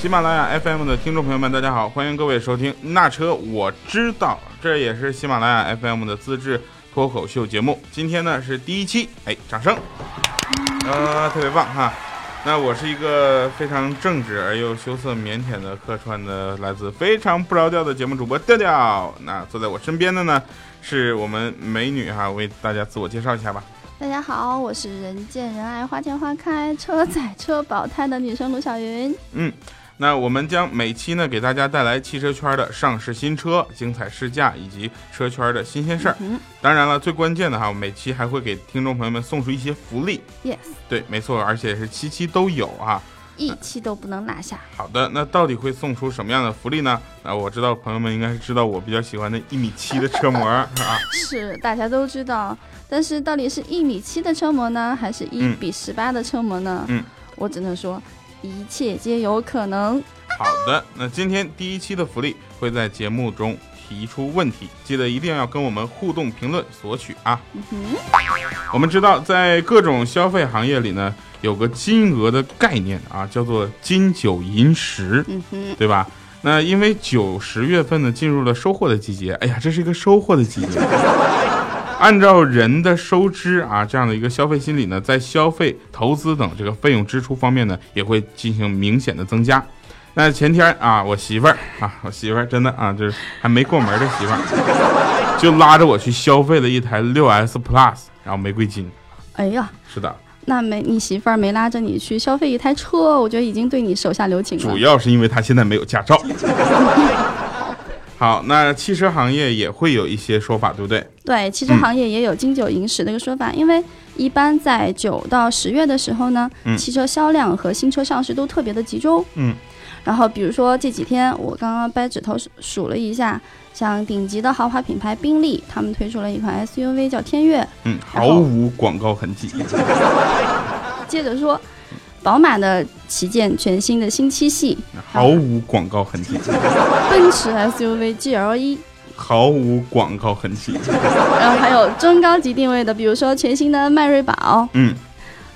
喜马拉雅 FM 的听众朋友们，大家好，欢迎各位收听《那车我知道》，这也是喜马拉雅 FM 的自制脱口秀节目。今天呢是第一期，哎，掌声，呃，特别棒哈。那我是一个非常正直而又羞涩腼腆的客串的，来自非常不着调的节目主播调调。那坐在我身边的呢，是我们美女哈，为大家自我介绍一下吧。大家好，我是人见人爱、花见花开、车载车保胎的女生卢小云。那我们将每期呢给大家带来汽车圈的上市新车、精彩试驾以及车圈的新鲜事儿。嗯当然了，最关键的哈，我们每期还会给听众朋友们送出一些福利。 ，yes，对，没错，而且是期期都有啊。一期都不能落下。好的，那到底会送出什么样的福利呢？啊，我知道朋友们应该是知道我比较喜欢的一米七的车模啊，嗯是，大家都知道，但是到底是一米七的车模呢，还是一嗯比十八的车模呢？嗯，我只能说，一切皆有可能。好的，那今天第一期的福利会在节目中提出问题，记得一定要跟我们互动评论索取啊。嗯哼，我们知道，在各种消费行业里呢，有个金额的概念啊，叫做金九银十，嗯哼，对吧？那因为九十月份呢进入了收获的季节，哎呀，这是一个收获的季节。 按照人的收支啊这样的一个消费心理呢，在消费、投资等这个费用支出方面呢，也会进行明显的增加。那前天啊，我媳妇儿啊，我媳妇儿真的啊，就是还没过门的媳妇儿，就拉着我去消费了一台六 S Plus，然后玫瑰金。哎呀，是的，那没你媳妇儿没拉着你去消费一台车，我觉得已经对你手下留情主了。要是因为他现在没有驾照。 好，那汽车行业也会有一些说法，对不对？对，汽车嗯行业也有金九银十的一个说法，因为一般在九到十月的时候呢，嗯汽车销量和新车上市都特别的集中。嗯。然后比如说这几天，我刚刚掰指头数数了一下，像顶级的豪华品牌宾利，他们推出了一款 SUV 叫天悦。嗯，毫无广告痕迹。接着说，宝马的旗舰全新的新七系，毫无广告痕迹，奔驰 SUV GL1，毫无广告痕迹。E，然后还有中高级定位的，比如说全新的迈锐宝，嗯，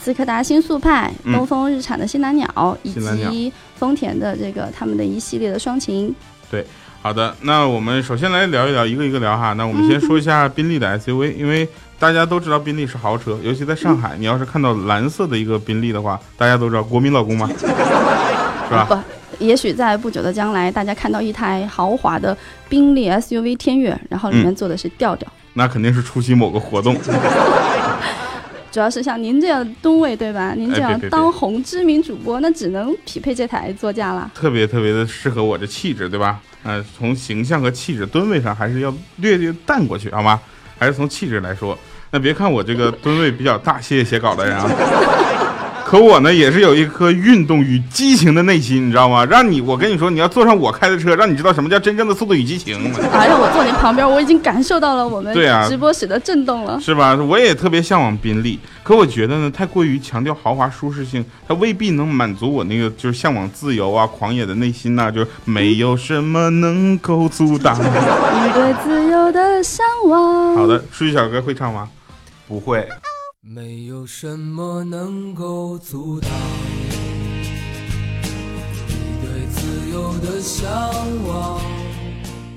斯柯达新速派、嗯东风日产的新蓝鸟，以新蓝鸟及丰田的这个他们的一系列的双擎。好的，那我们首先来聊一聊，一个一个聊哈。那我们先说一下宾利的 SUV，因为大家都知道宾利是豪车，尤其在上海，你要是看到蓝色的一个宾利的话，大家都知道国民老公嘛，是吧？啊不，也许在不久的将来，大家看到一台豪华的宾利 SUV 天悦，然后里面坐的是调调，那肯定是出席某个活动。主要是像您这样的吨位，对吧？您嗯哎这样别别别当红知名主播，那只能匹配这台座驾啦。特别特别的适合我的气质，对吧？呃，从形象和气质、吨位上还是要略略淡过去，好吗？还是从气质来说，那别看我这个吨位比较大，谢谢写稿的人啊。可我呢，也是有一颗运动与激情的内心，你知道吗？让你，我跟你说，你要坐上我开的车，让你知道什么叫真正的速度与激情，而且啊我坐你旁边，我已经感受到了我们对啊直播室的震动了。是吧？我也特别向往宾利，可我觉得呢，太过于强调豪华舒适性，它未必能满足我那个就是向往自由啊、狂野的内心呐、就是没有什么能够阻 挡。你对自由的向往。好的，数据小哥会唱吗？不会。没有什么能够阻挡你对自由的向往。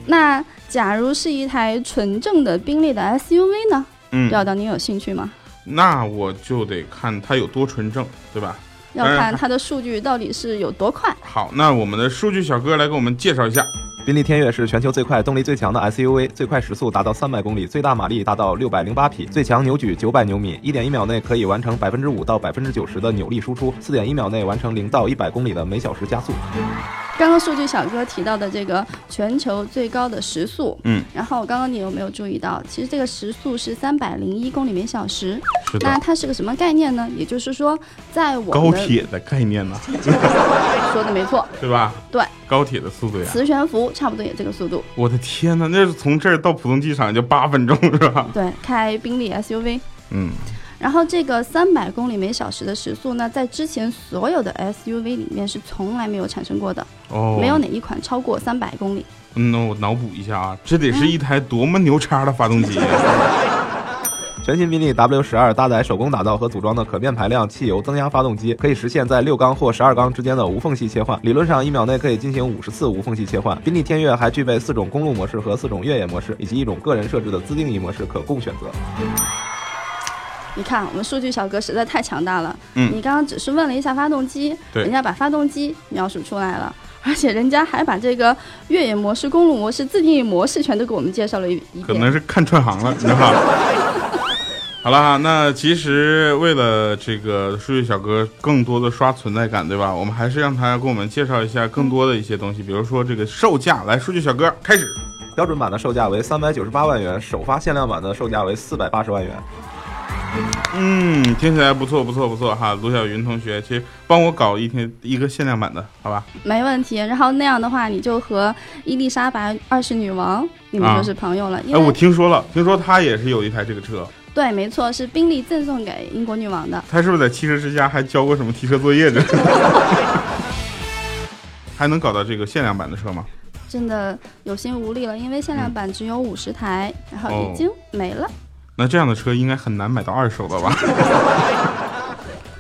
那假如是一台纯正的宾利的 SUV 呢？嗯，料到你有兴趣吗？那我就得看它有多纯正，对吧？要当然看它的数据到底是有多快。好，那我们的数据小哥来给我们介绍一下。宾利天悦是全球最快、动力最强的 SUV，最快时速达到三百公里，最大马力达到六百零八匹，最强扭矩九百牛米，一点一秒内可以完成百分之五到百分之九十的扭力输出，四点一秒内完成零到一百公里的每小时加速。刚刚数据小哥提到的这个全球最高的时速，嗯，然后刚刚你有没有注意到，其实这个时速是三百零一公里每小时。是那，它是个什么概念呢？也就是说，在我高们铁的概念呢，说的没错，对吧？对，高铁的速度呀！磁悬浮差不多也这个速度。我的天呐，那是从这儿到浦东机场也就八分钟是吧？对，开宾利 SUV。嗯，然后这个三百公里每小时的时速呢，在之前所有的 SUV 里面是从来没有产生过的，哦，没有哪一款超过三百公里。啊嗯，那我脑补一下啊，这得是一台多么牛叉的发动机呀！全新宾利 W 十二搭载手工打造和组装的可变排量汽油增压发动机，可以实现在六缸或十二缸之间的无缝隙切换，理论上一秒内可以进行五十次无缝隙切换。宾利天越还具备四种公路模式和四种越野模式，以及一种个人设置的自定义模式可供选择。你看，我们数据小哥实在太强大了。嗯你刚刚只是问了一下发动机，对人家把发动机描述出来了， 而且人家还把这个越野模式、公路模式、自定义模式全都给我们介绍了一一可遍。能是看串行了，你知道吧？好了哈，那其实为了这个数据小哥更多的刷存在感，对吧？我们还是让他给我们介绍一下更多的一些东西，比如说这个售价。来，数据小哥开始。标准版的售价为三百九十八万元，首发限量版的售价为四百八十万元。嗯，听起来不错，不错，不错哈。卢晓云同学，其实帮我搞一天一个限量版的，好吧？没问题。然后那样的话，你就和伊丽莎白二世女王，你们啊就是朋友了。因哎，我为听说了，听说他也是有一台这个车，对，没错，是宾利赠送给英国女王的。他是不是在汽车之家还交过什么提车作业之类的？ 还能搞到这个限量版的车吗？真的有心无力了，因为限量版只有五十台，然后哦已经没了。那这样的车应该很难买到二手的吧？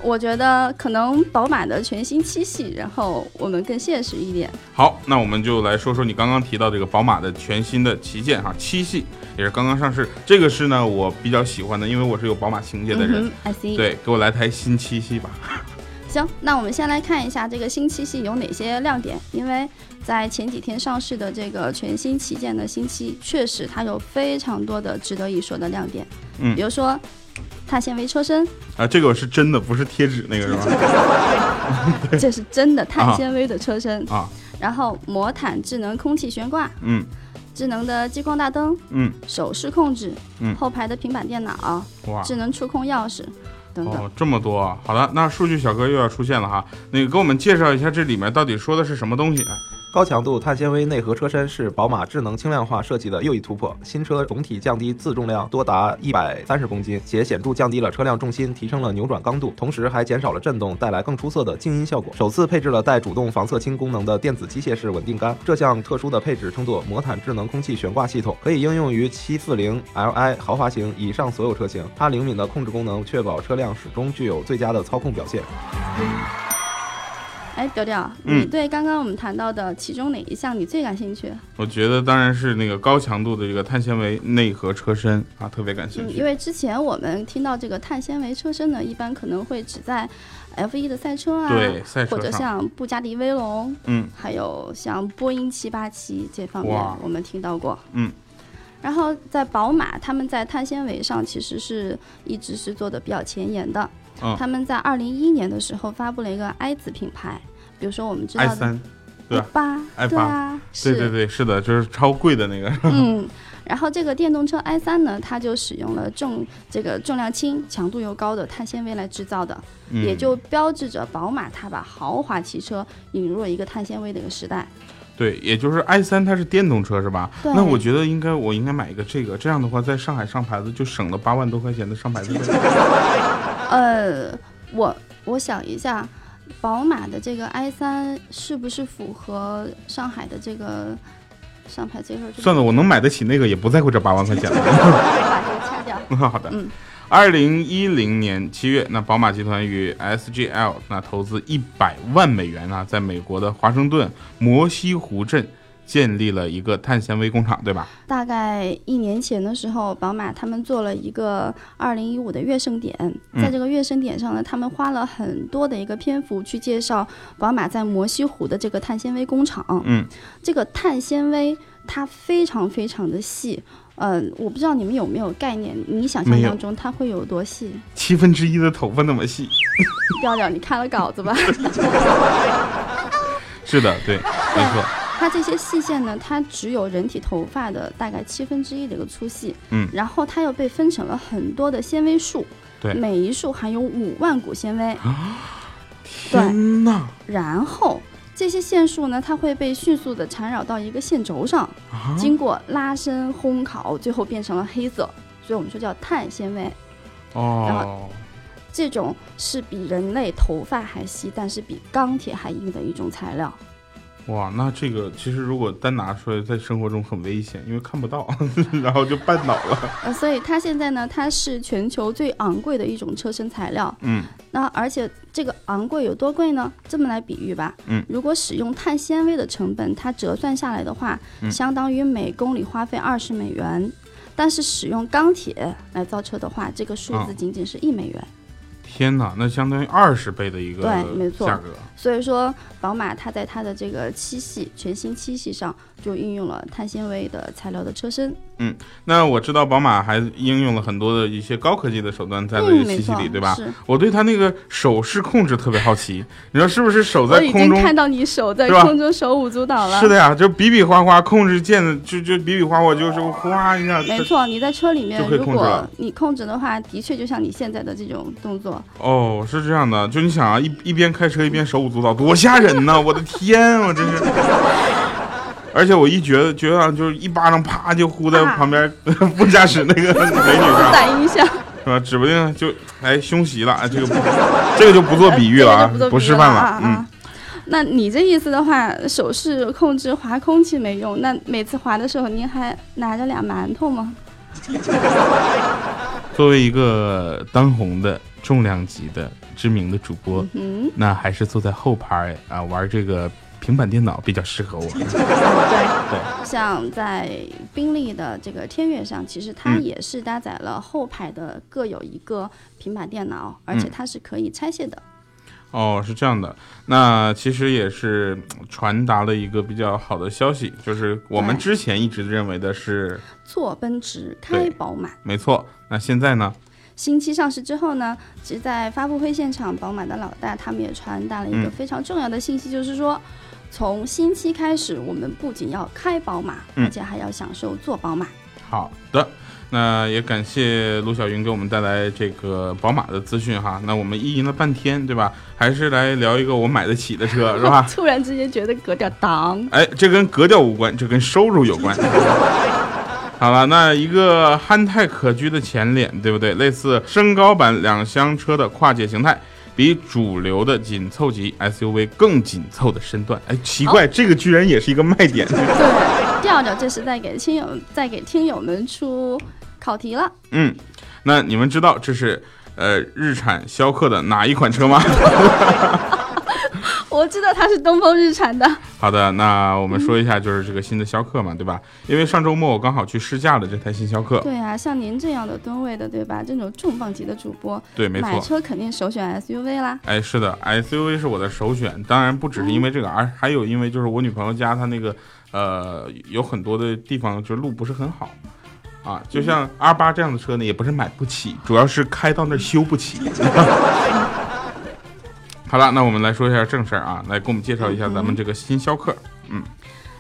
我觉得可能宝马的全新七系，然后我们更现实一点。好，那我们就来说说你刚刚提到这个宝马的全新的旗舰哈，七系也是刚刚上市。这个是呢我比较喜欢的，因为我是有宝马情节的人。嗯哼，I see。对，给我来台新七系吧。行，那我们先来看一下这个新七系有哪些亮点，因为在前几天上市的这个全新旗舰的新七，确实它有非常多的值得一说的亮点，嗯比如说碳纤维车身，啊，这个我是真的，不是贴纸那个是 吧？这是真的碳纤维的车身，啊，然后魔毯智能空气悬挂、嗯智能的激光大灯、嗯，手势控制、嗯后排的平板电脑、哇。智能触控钥匙等等。哦，这么多啊！好的，那数据小哥又要出现了哈，那个给我们介绍一下这里面到底说的是什么东西？啊高强度碳纤维内核车身是宝马智能轻量化设计的又一突破。新车总体降低自重量多达一百三十公斤，且显著降低了车辆重心，提升了扭转刚度，同时还减少了震动，带来更出色的静音效果。首次配置了带主动防侧倾功能的电子机械式稳定杆，这项特殊的配置称作魔毯智能空气悬挂系统，可以应用于740 Li 豪华型以上所有车型。它灵敏的控制功能确保车辆始终具有最佳的操控表现。哎，表表，嗯你对刚刚我们谈到的其中哪一项你最感兴趣？我觉得当然是那个高强度的这个碳纤维内核车身啊，特别感兴嗯，趣。因为之前我们听到这个碳纤维车身呢，一般可能会只在 F 1的赛车啊，对，赛或车者上，像布加迪威龙，嗯，还有像波音787这方哇面，我们听到过。嗯。然后在宝马，他们在碳纤维上其实是一直是做的比较前沿的。嗯他们在二零一一年的时候发布了一个 i 字品牌，比如说我们知 i 道的三，对吧八， i8 对啊，对是对对，是的，就是超贵的那 个。 嗯，然后这个电动车 i 三呢，它就使用了重这个重量轻、强度又高的碳纤维来制造的，嗯、也就标志着宝马它把豪华汽车引入了一个碳纤维的一个时代。对，也就是 i 三它是电动车是吧？对那我觉得应该我应该买一个这个，这样的话在上海上牌子就省了八万多块钱的上牌子费。呃，我我想一下，宝马的这个 i 三是不是符合上海的这个上牌这份儿这个？算了，我能买得起那个，也不在乎这八万块钱了。把这个掐 掉。好的。嗯二零一零年七月，那宝马集团与 SGL 那投资一百万美元啊，在美国的华盛顿摩西湖镇建立了一个碳纤维工厂，对吧？大概一年前的时候，宝马他们做了一个二零一五的月盛典，嗯在这个月盛典上呢，他们花了很多的一个篇幅去介绍宝马在摩西湖的这个碳纤维工厂。嗯，这个碳纤维它非常非常的细，嗯、我不知道你们有没有概念，你想象没有当中它会有多细？七分之一的头发那么细。调调，你看了稿 子吧？是的， 对，没错。它这些细线呢，它只有人体头发的大概七分之一的一个粗细，嗯然后它又被分成了很多的纤维束，对啊每一束含有五万股纤维，对，天呐！然后这些线束呢，它会被迅速的缠绕到一个线轴上，啊经过拉伸烘烤，最后变成了黑色，所以我们说叫碳纤维。然哦，这种是比人类头发还细，但是比钢铁还硬的一种材料。哇，那这个其实如果单拿出来，在生活中很危险，因为看不到， 然后就绊倒了。呃，所以它现在呢，它是全球最昂贵的一种车身材料。嗯，那而且这个昂贵有多贵呢？这么来比喻吧，嗯如果使用碳纤维的成本，它折算下来的话，嗯相当于每公里花费二十美元。但是使用钢铁来造车的话，这个数啊字仅仅是一美元。天哪，那相当于二十倍的一个对没错价格。所以说，宝马它在它的这个七系全新七系上就运用了碳纤维的材料的车身。那我知道宝马还应用了很多的一些高科技的手段在这个嗯没机器错，里，对吧？是，我对它那个手势控制特别好奇，你说是不是手我在已空经中？看到你手在是吧空中手舞足蹈 了。是的呀，就比比划划控制键的，就就比比划划，就是哗一下。没这错，你在车里面就可以如控制果了你控制的话，的确就像你现在的这种动作，哦，是这样的，就你想啊，一一边开车一边手舞足蹈，多吓人 呐！我的天，啊我真是。而且我一觉得觉得啊就是一巴掌啪就呼在啊旁边 副驾驶那个美女上，反应一下，是吧？指不定就哎凶袭了，哎这个不这个就 不做比喻了啊，哎这个就不不做比喻示范了了啊，嗯啊。那你这意思的话，手势控制滑空气没用，那每次滑的时候您还拿着俩馒头吗？作为一个当红的重量级的知名的主播，嗯，那还是坐在后排儿啊、玩这个平板电脑比较适合 我。对，像在宾利的这个天悦上，其实它嗯也是搭载了后排的各有一个平板电脑，而且嗯它是可以拆卸的。哦，是这样的，那其实也是嗯传达了一个比较好的消息，就是我们对之前一直认为的是坐奔驰，对开宝马。没错，那现在呢？新机上市之后呢，其实在发布会现场，宝马的老大他们也传达了一嗯个非常重要的信息，就是说，从新期开始，我们不仅要开宝马，嗯而且还要享受坐宝马。？好的，那也感谢卢晓云给我们带来这个宝马的资讯哈。那我们意淫了半天，对吧？还是来聊一个我买得起的车，是吧 突然之间觉得格调档，哎，这跟格调无关，这跟收入有关。 好了，那一个憨态可掬的前脸，对不对？类似升高版两厢车的跨界形态，比主流的紧凑级 SUV 更紧凑的身段。哎，奇怪，这个居然也是一个卖点。对，调调这是在给亲友在给听友们出考题了。嗯，那你们知道这是呃日产逍客的哪一款车吗？ 我知道它是东风日产的，好的，那我们说一下，就是这个新的逍客嘛，对吧？因为上周末我刚好去试驾了这台新逍客，对啊，像您这样的吨位的，对吧？这种重磅级的主播，对，没买错。车肯定首选 SUV 啦。哎，是的，SUV 是我的首选，当然不只是因为这个，而还有因为就是我女朋友家她那个呃有很多的地方就路不是很好啊，就像 R 八这样的车呢，也不是买不起，主要是开到那儿修不起。 好了，那我们来说一下正事儿啊，来给我们介绍一下咱们这个新逍客。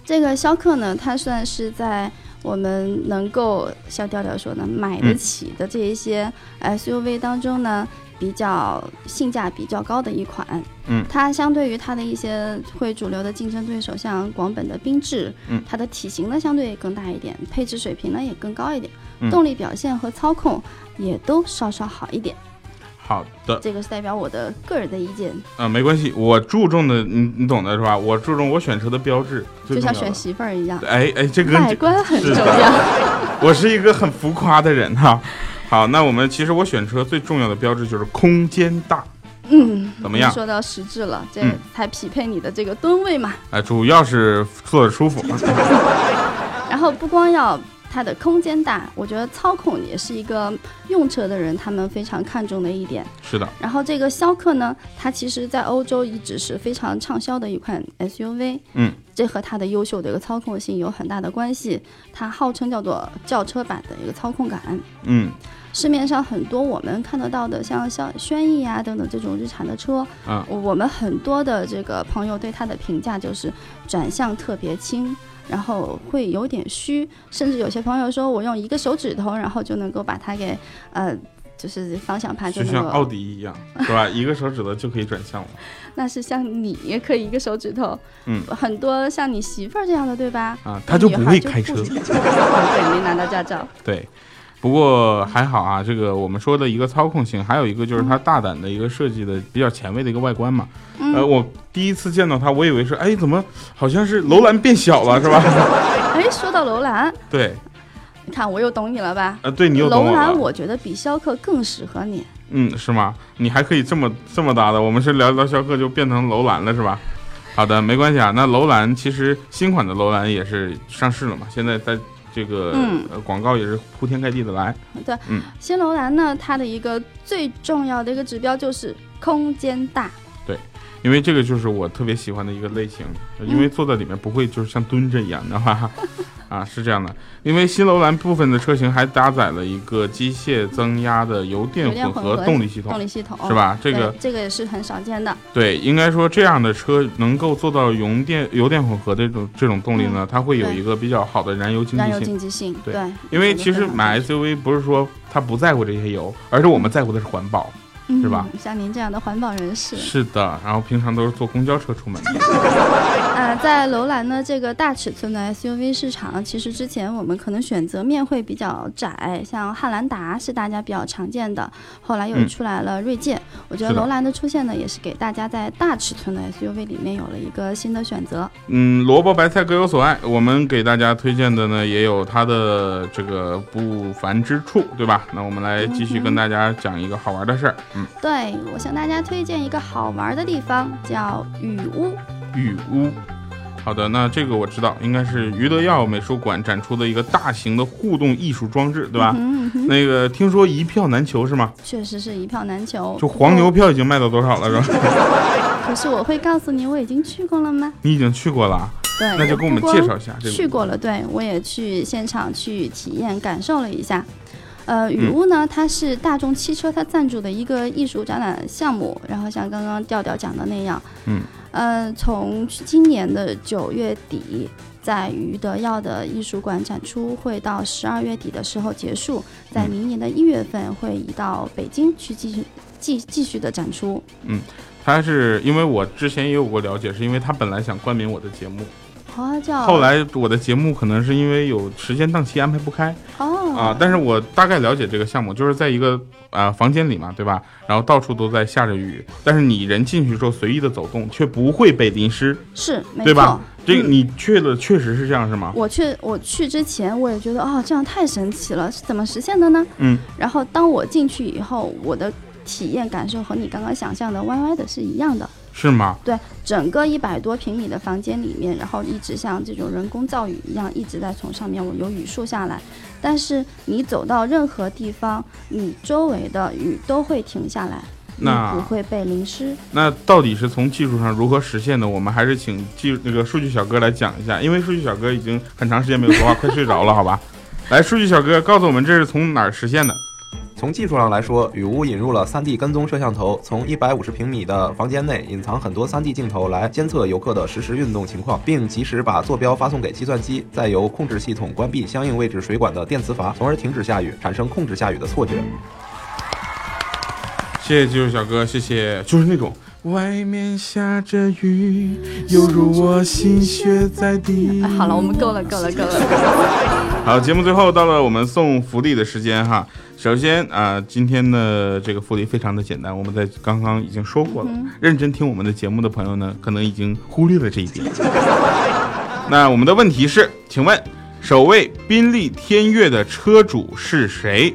这个逍客呢，它算是在我们能够像调调说的买嗯得起的这一些 SUV 当中呢，比较性价比较高的一款。嗯它相对于它的一些会主流的竞争对手，像广本的缤智，嗯它的体型呢相对更大一点，配置水平呢也更高一点嗯，动力表现和操控也都稍稍好一点。好的，这个是代表我的个人的意见，呃，没关系，我注重的你你懂的是吧？我注重我选车的标志，最就像重要选的媳妇儿一样，哎哎，这跟外这观很是重的要。 我是一个很浮夸的人哈、好，那我们其实我选车最重要的标志就是空间大，嗯。怎么样你？说到实质了，这嗯才匹配你的这个吨位嘛。哎，主要是坐着舒服。然后不光要它的空间大，我觉得操控也是一个用车的人他们非常看重的一点。是的，然后这个逍客呢，它其实在欧洲一直是非常畅销的一款 SUV。嗯，这和它的优秀的一个操控性有很大的关系。它号称叫做轿车版的一个操控感。嗯市面上很多我们看得到的，像像轩逸啊等等这种日产的车，嗯我我们很多的这个朋友对它的评价就是转向特别轻，然后会有点虚，甚至有些朋友说我用一个手指头，然后就能够把它给呃，就是方向盘就就像能奥够，迪一样，是吧？一个手指头就可以转向了。那是像你也可以一个手指头，嗯很多像你媳妇儿这样的对吧？啊，他就女不孩会开车就不哦对，没拿到驾照。对，不过还好啊，这个我们说的一个操控性，还有一个就是它大胆的一个设计的比较前卫的一个外观嘛。呃，嗯，我第一次见到它，我以为是，哎，怎么好像是楼兰变小了是吧？哎，说到楼兰，对，你看我又懂你了吧？呃，对你又懂楼我兰了，我觉得比逍客更适合你。嗯，是吗？你还可以这么这么搭的，我们是聊聊逍客就变成楼兰了是吧？好的，没关系啊。那楼兰其实新款的楼兰也是上市了嘛，现在在这个、嗯呃广告也是铺天盖地的来，新楼兰呢，它的一个最重要的一个指标就是空间大。因为这个就是我特别喜欢的一个类型，因为坐在里面不会就是像蹲着一样，你知道吧？ 啊，是这样的，因为新楼兰部分的车型还搭载了一个机械增压的油电有点混混合合动力系动统，力系统哦哦是？吧？这对个这个也是很少见的。对，应该说这样的车能够做到油电油电混合的这种这种动力呢，它会有嗯对一个比较好的燃油经燃油济性。经济性，对对，因为其实买是 SUV 不是说它不在乎这些油，而是我嗯们在乎的是环保。是吧像您这样的环保人士，是的，然后平常都是坐公交车出门的。啊，在楼兰的这个大尺寸的 SUV 市场，其实之前我们可能选择面会比较窄，像汉兰达是大家比较常见的，后来又嗯出来了锐界，我觉得是的楼兰的出现呢，也是给大家在大尺寸的 SUV 里面有了一个新的选择。嗯，萝卜白菜各有所爱，我们给大家推荐的呢，也有它的这个不凡之处，对吧？那我们来继嗯续跟大家讲一个好玩的事儿。嗯，对我向大家推荐一个好玩的地方，叫雨屋。玉屋。好的，那这个我知道，应该是余德耀美术馆展出的一个大型的互动艺术装置，对吧？嗯哼，啊那个听说一票难求是吗？确实是一票难求。就黄牛票已经卖到多少了是吧？ 可是我会告诉你，我已经去过了吗？你已经去过了啊，对，那就给我们哎不光介绍一下这个。去过了，对我也去现场去体验感受了一下。呃，嗯雨屋呢，它是大众汽车它赞助的一个艺术展览项目，然后像刚刚调调讲的那样，嗯，呃，从今年的九月底。在于德耀的艺术馆展出会到十二月底的时候结束，在嗯明年的一月份会移到北京去继续继继续的展出。他是因为我之前也有过了解，是因为他本来想冠名我的节目，哦，叫后来我的节目可能是因为有时间档期安排不开哦啊，但是我大概了解这个项目，就是在一个啊、房间里嘛，对吧？然后到处都在下着雨，但是你人进去之后随意的走动，却不会被淋湿，是没对吧错？这个嗯你去了确实是这样是吗？我去我去之前，我也觉得啊、这样太神奇了，是怎么实现的呢？嗯。然后当我进去以后，我的体验感受和你刚刚想象的歪歪的是一样的。是吗？对，整个一百多平米的房间里面，然后一直像这种人工造雨一样，一直在从上面我有雨树下来，但是你走到任何地方，你周围的雨都会停下来，你那不会被淋湿。那到底是从技术上如何实现的？我们还是请技那个数据小哥来讲一下，因为数据小哥已经很长时间没有说话，快睡着了，好 吧？来，数据小哥告诉我们这是从哪儿实现的？从技术上来说，雨屋引入了 3D 跟踪摄像头，从150平米的房间内隐藏很多 3D 镜头来监测游客的实时运动情况，并及时把坐标发送给计算机，再由控制系统关闭相应位置水管的电磁阀，从而停止下雨，产生控制下雨的错觉。谢谢技术小哥，谢谢，就是那种外面下着雨，犹如我心血在滴哎，。好了，我们够了，够了，够了。好，节目最后到了我们送福利的时间哈。首先啊、今天的这个福利非常的简单，我们在刚刚已经说过了。认真听我们的节目的朋友呢，可能已经忽略了这一点。那我们的问题是，请问首位宾利天越的车主是谁？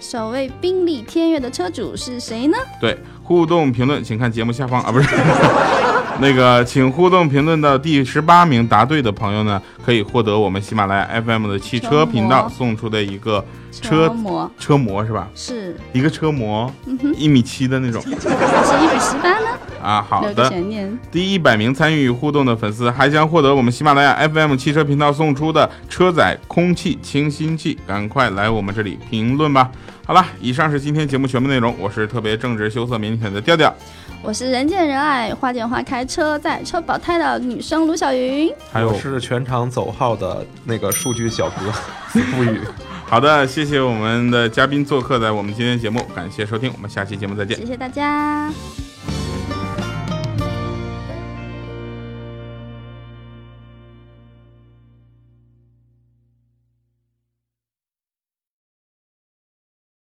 首位宾利天越的车主是谁呢？对，互动评论，请看节目下方啊，不是。 那个，请互动评论到第十八名答对的朋友呢，可以获得我们喜马拉雅 FM 的汽车频道车模送出的一个车模车模是吧？是一个车模，一米七的那种还是一比十八呢？啊。好留个的，悬念。第一百名参与互动的粉丝还将获得我们喜马拉雅 FM 汽车频道送出的车载空气清新器，赶快来我们这里评论吧。好了，以上是今天节目全部内容，我是特别正直、羞涩、腼腆的调调，我是人见人爱、花见花开、车载车保胎的女生卢小云。还有我是全场走号的那个数据小 哥，不语。好的，谢谢我们的嘉宾做客在我们今天的节目，感谢收听，我们下期节目再见谢。谢大家。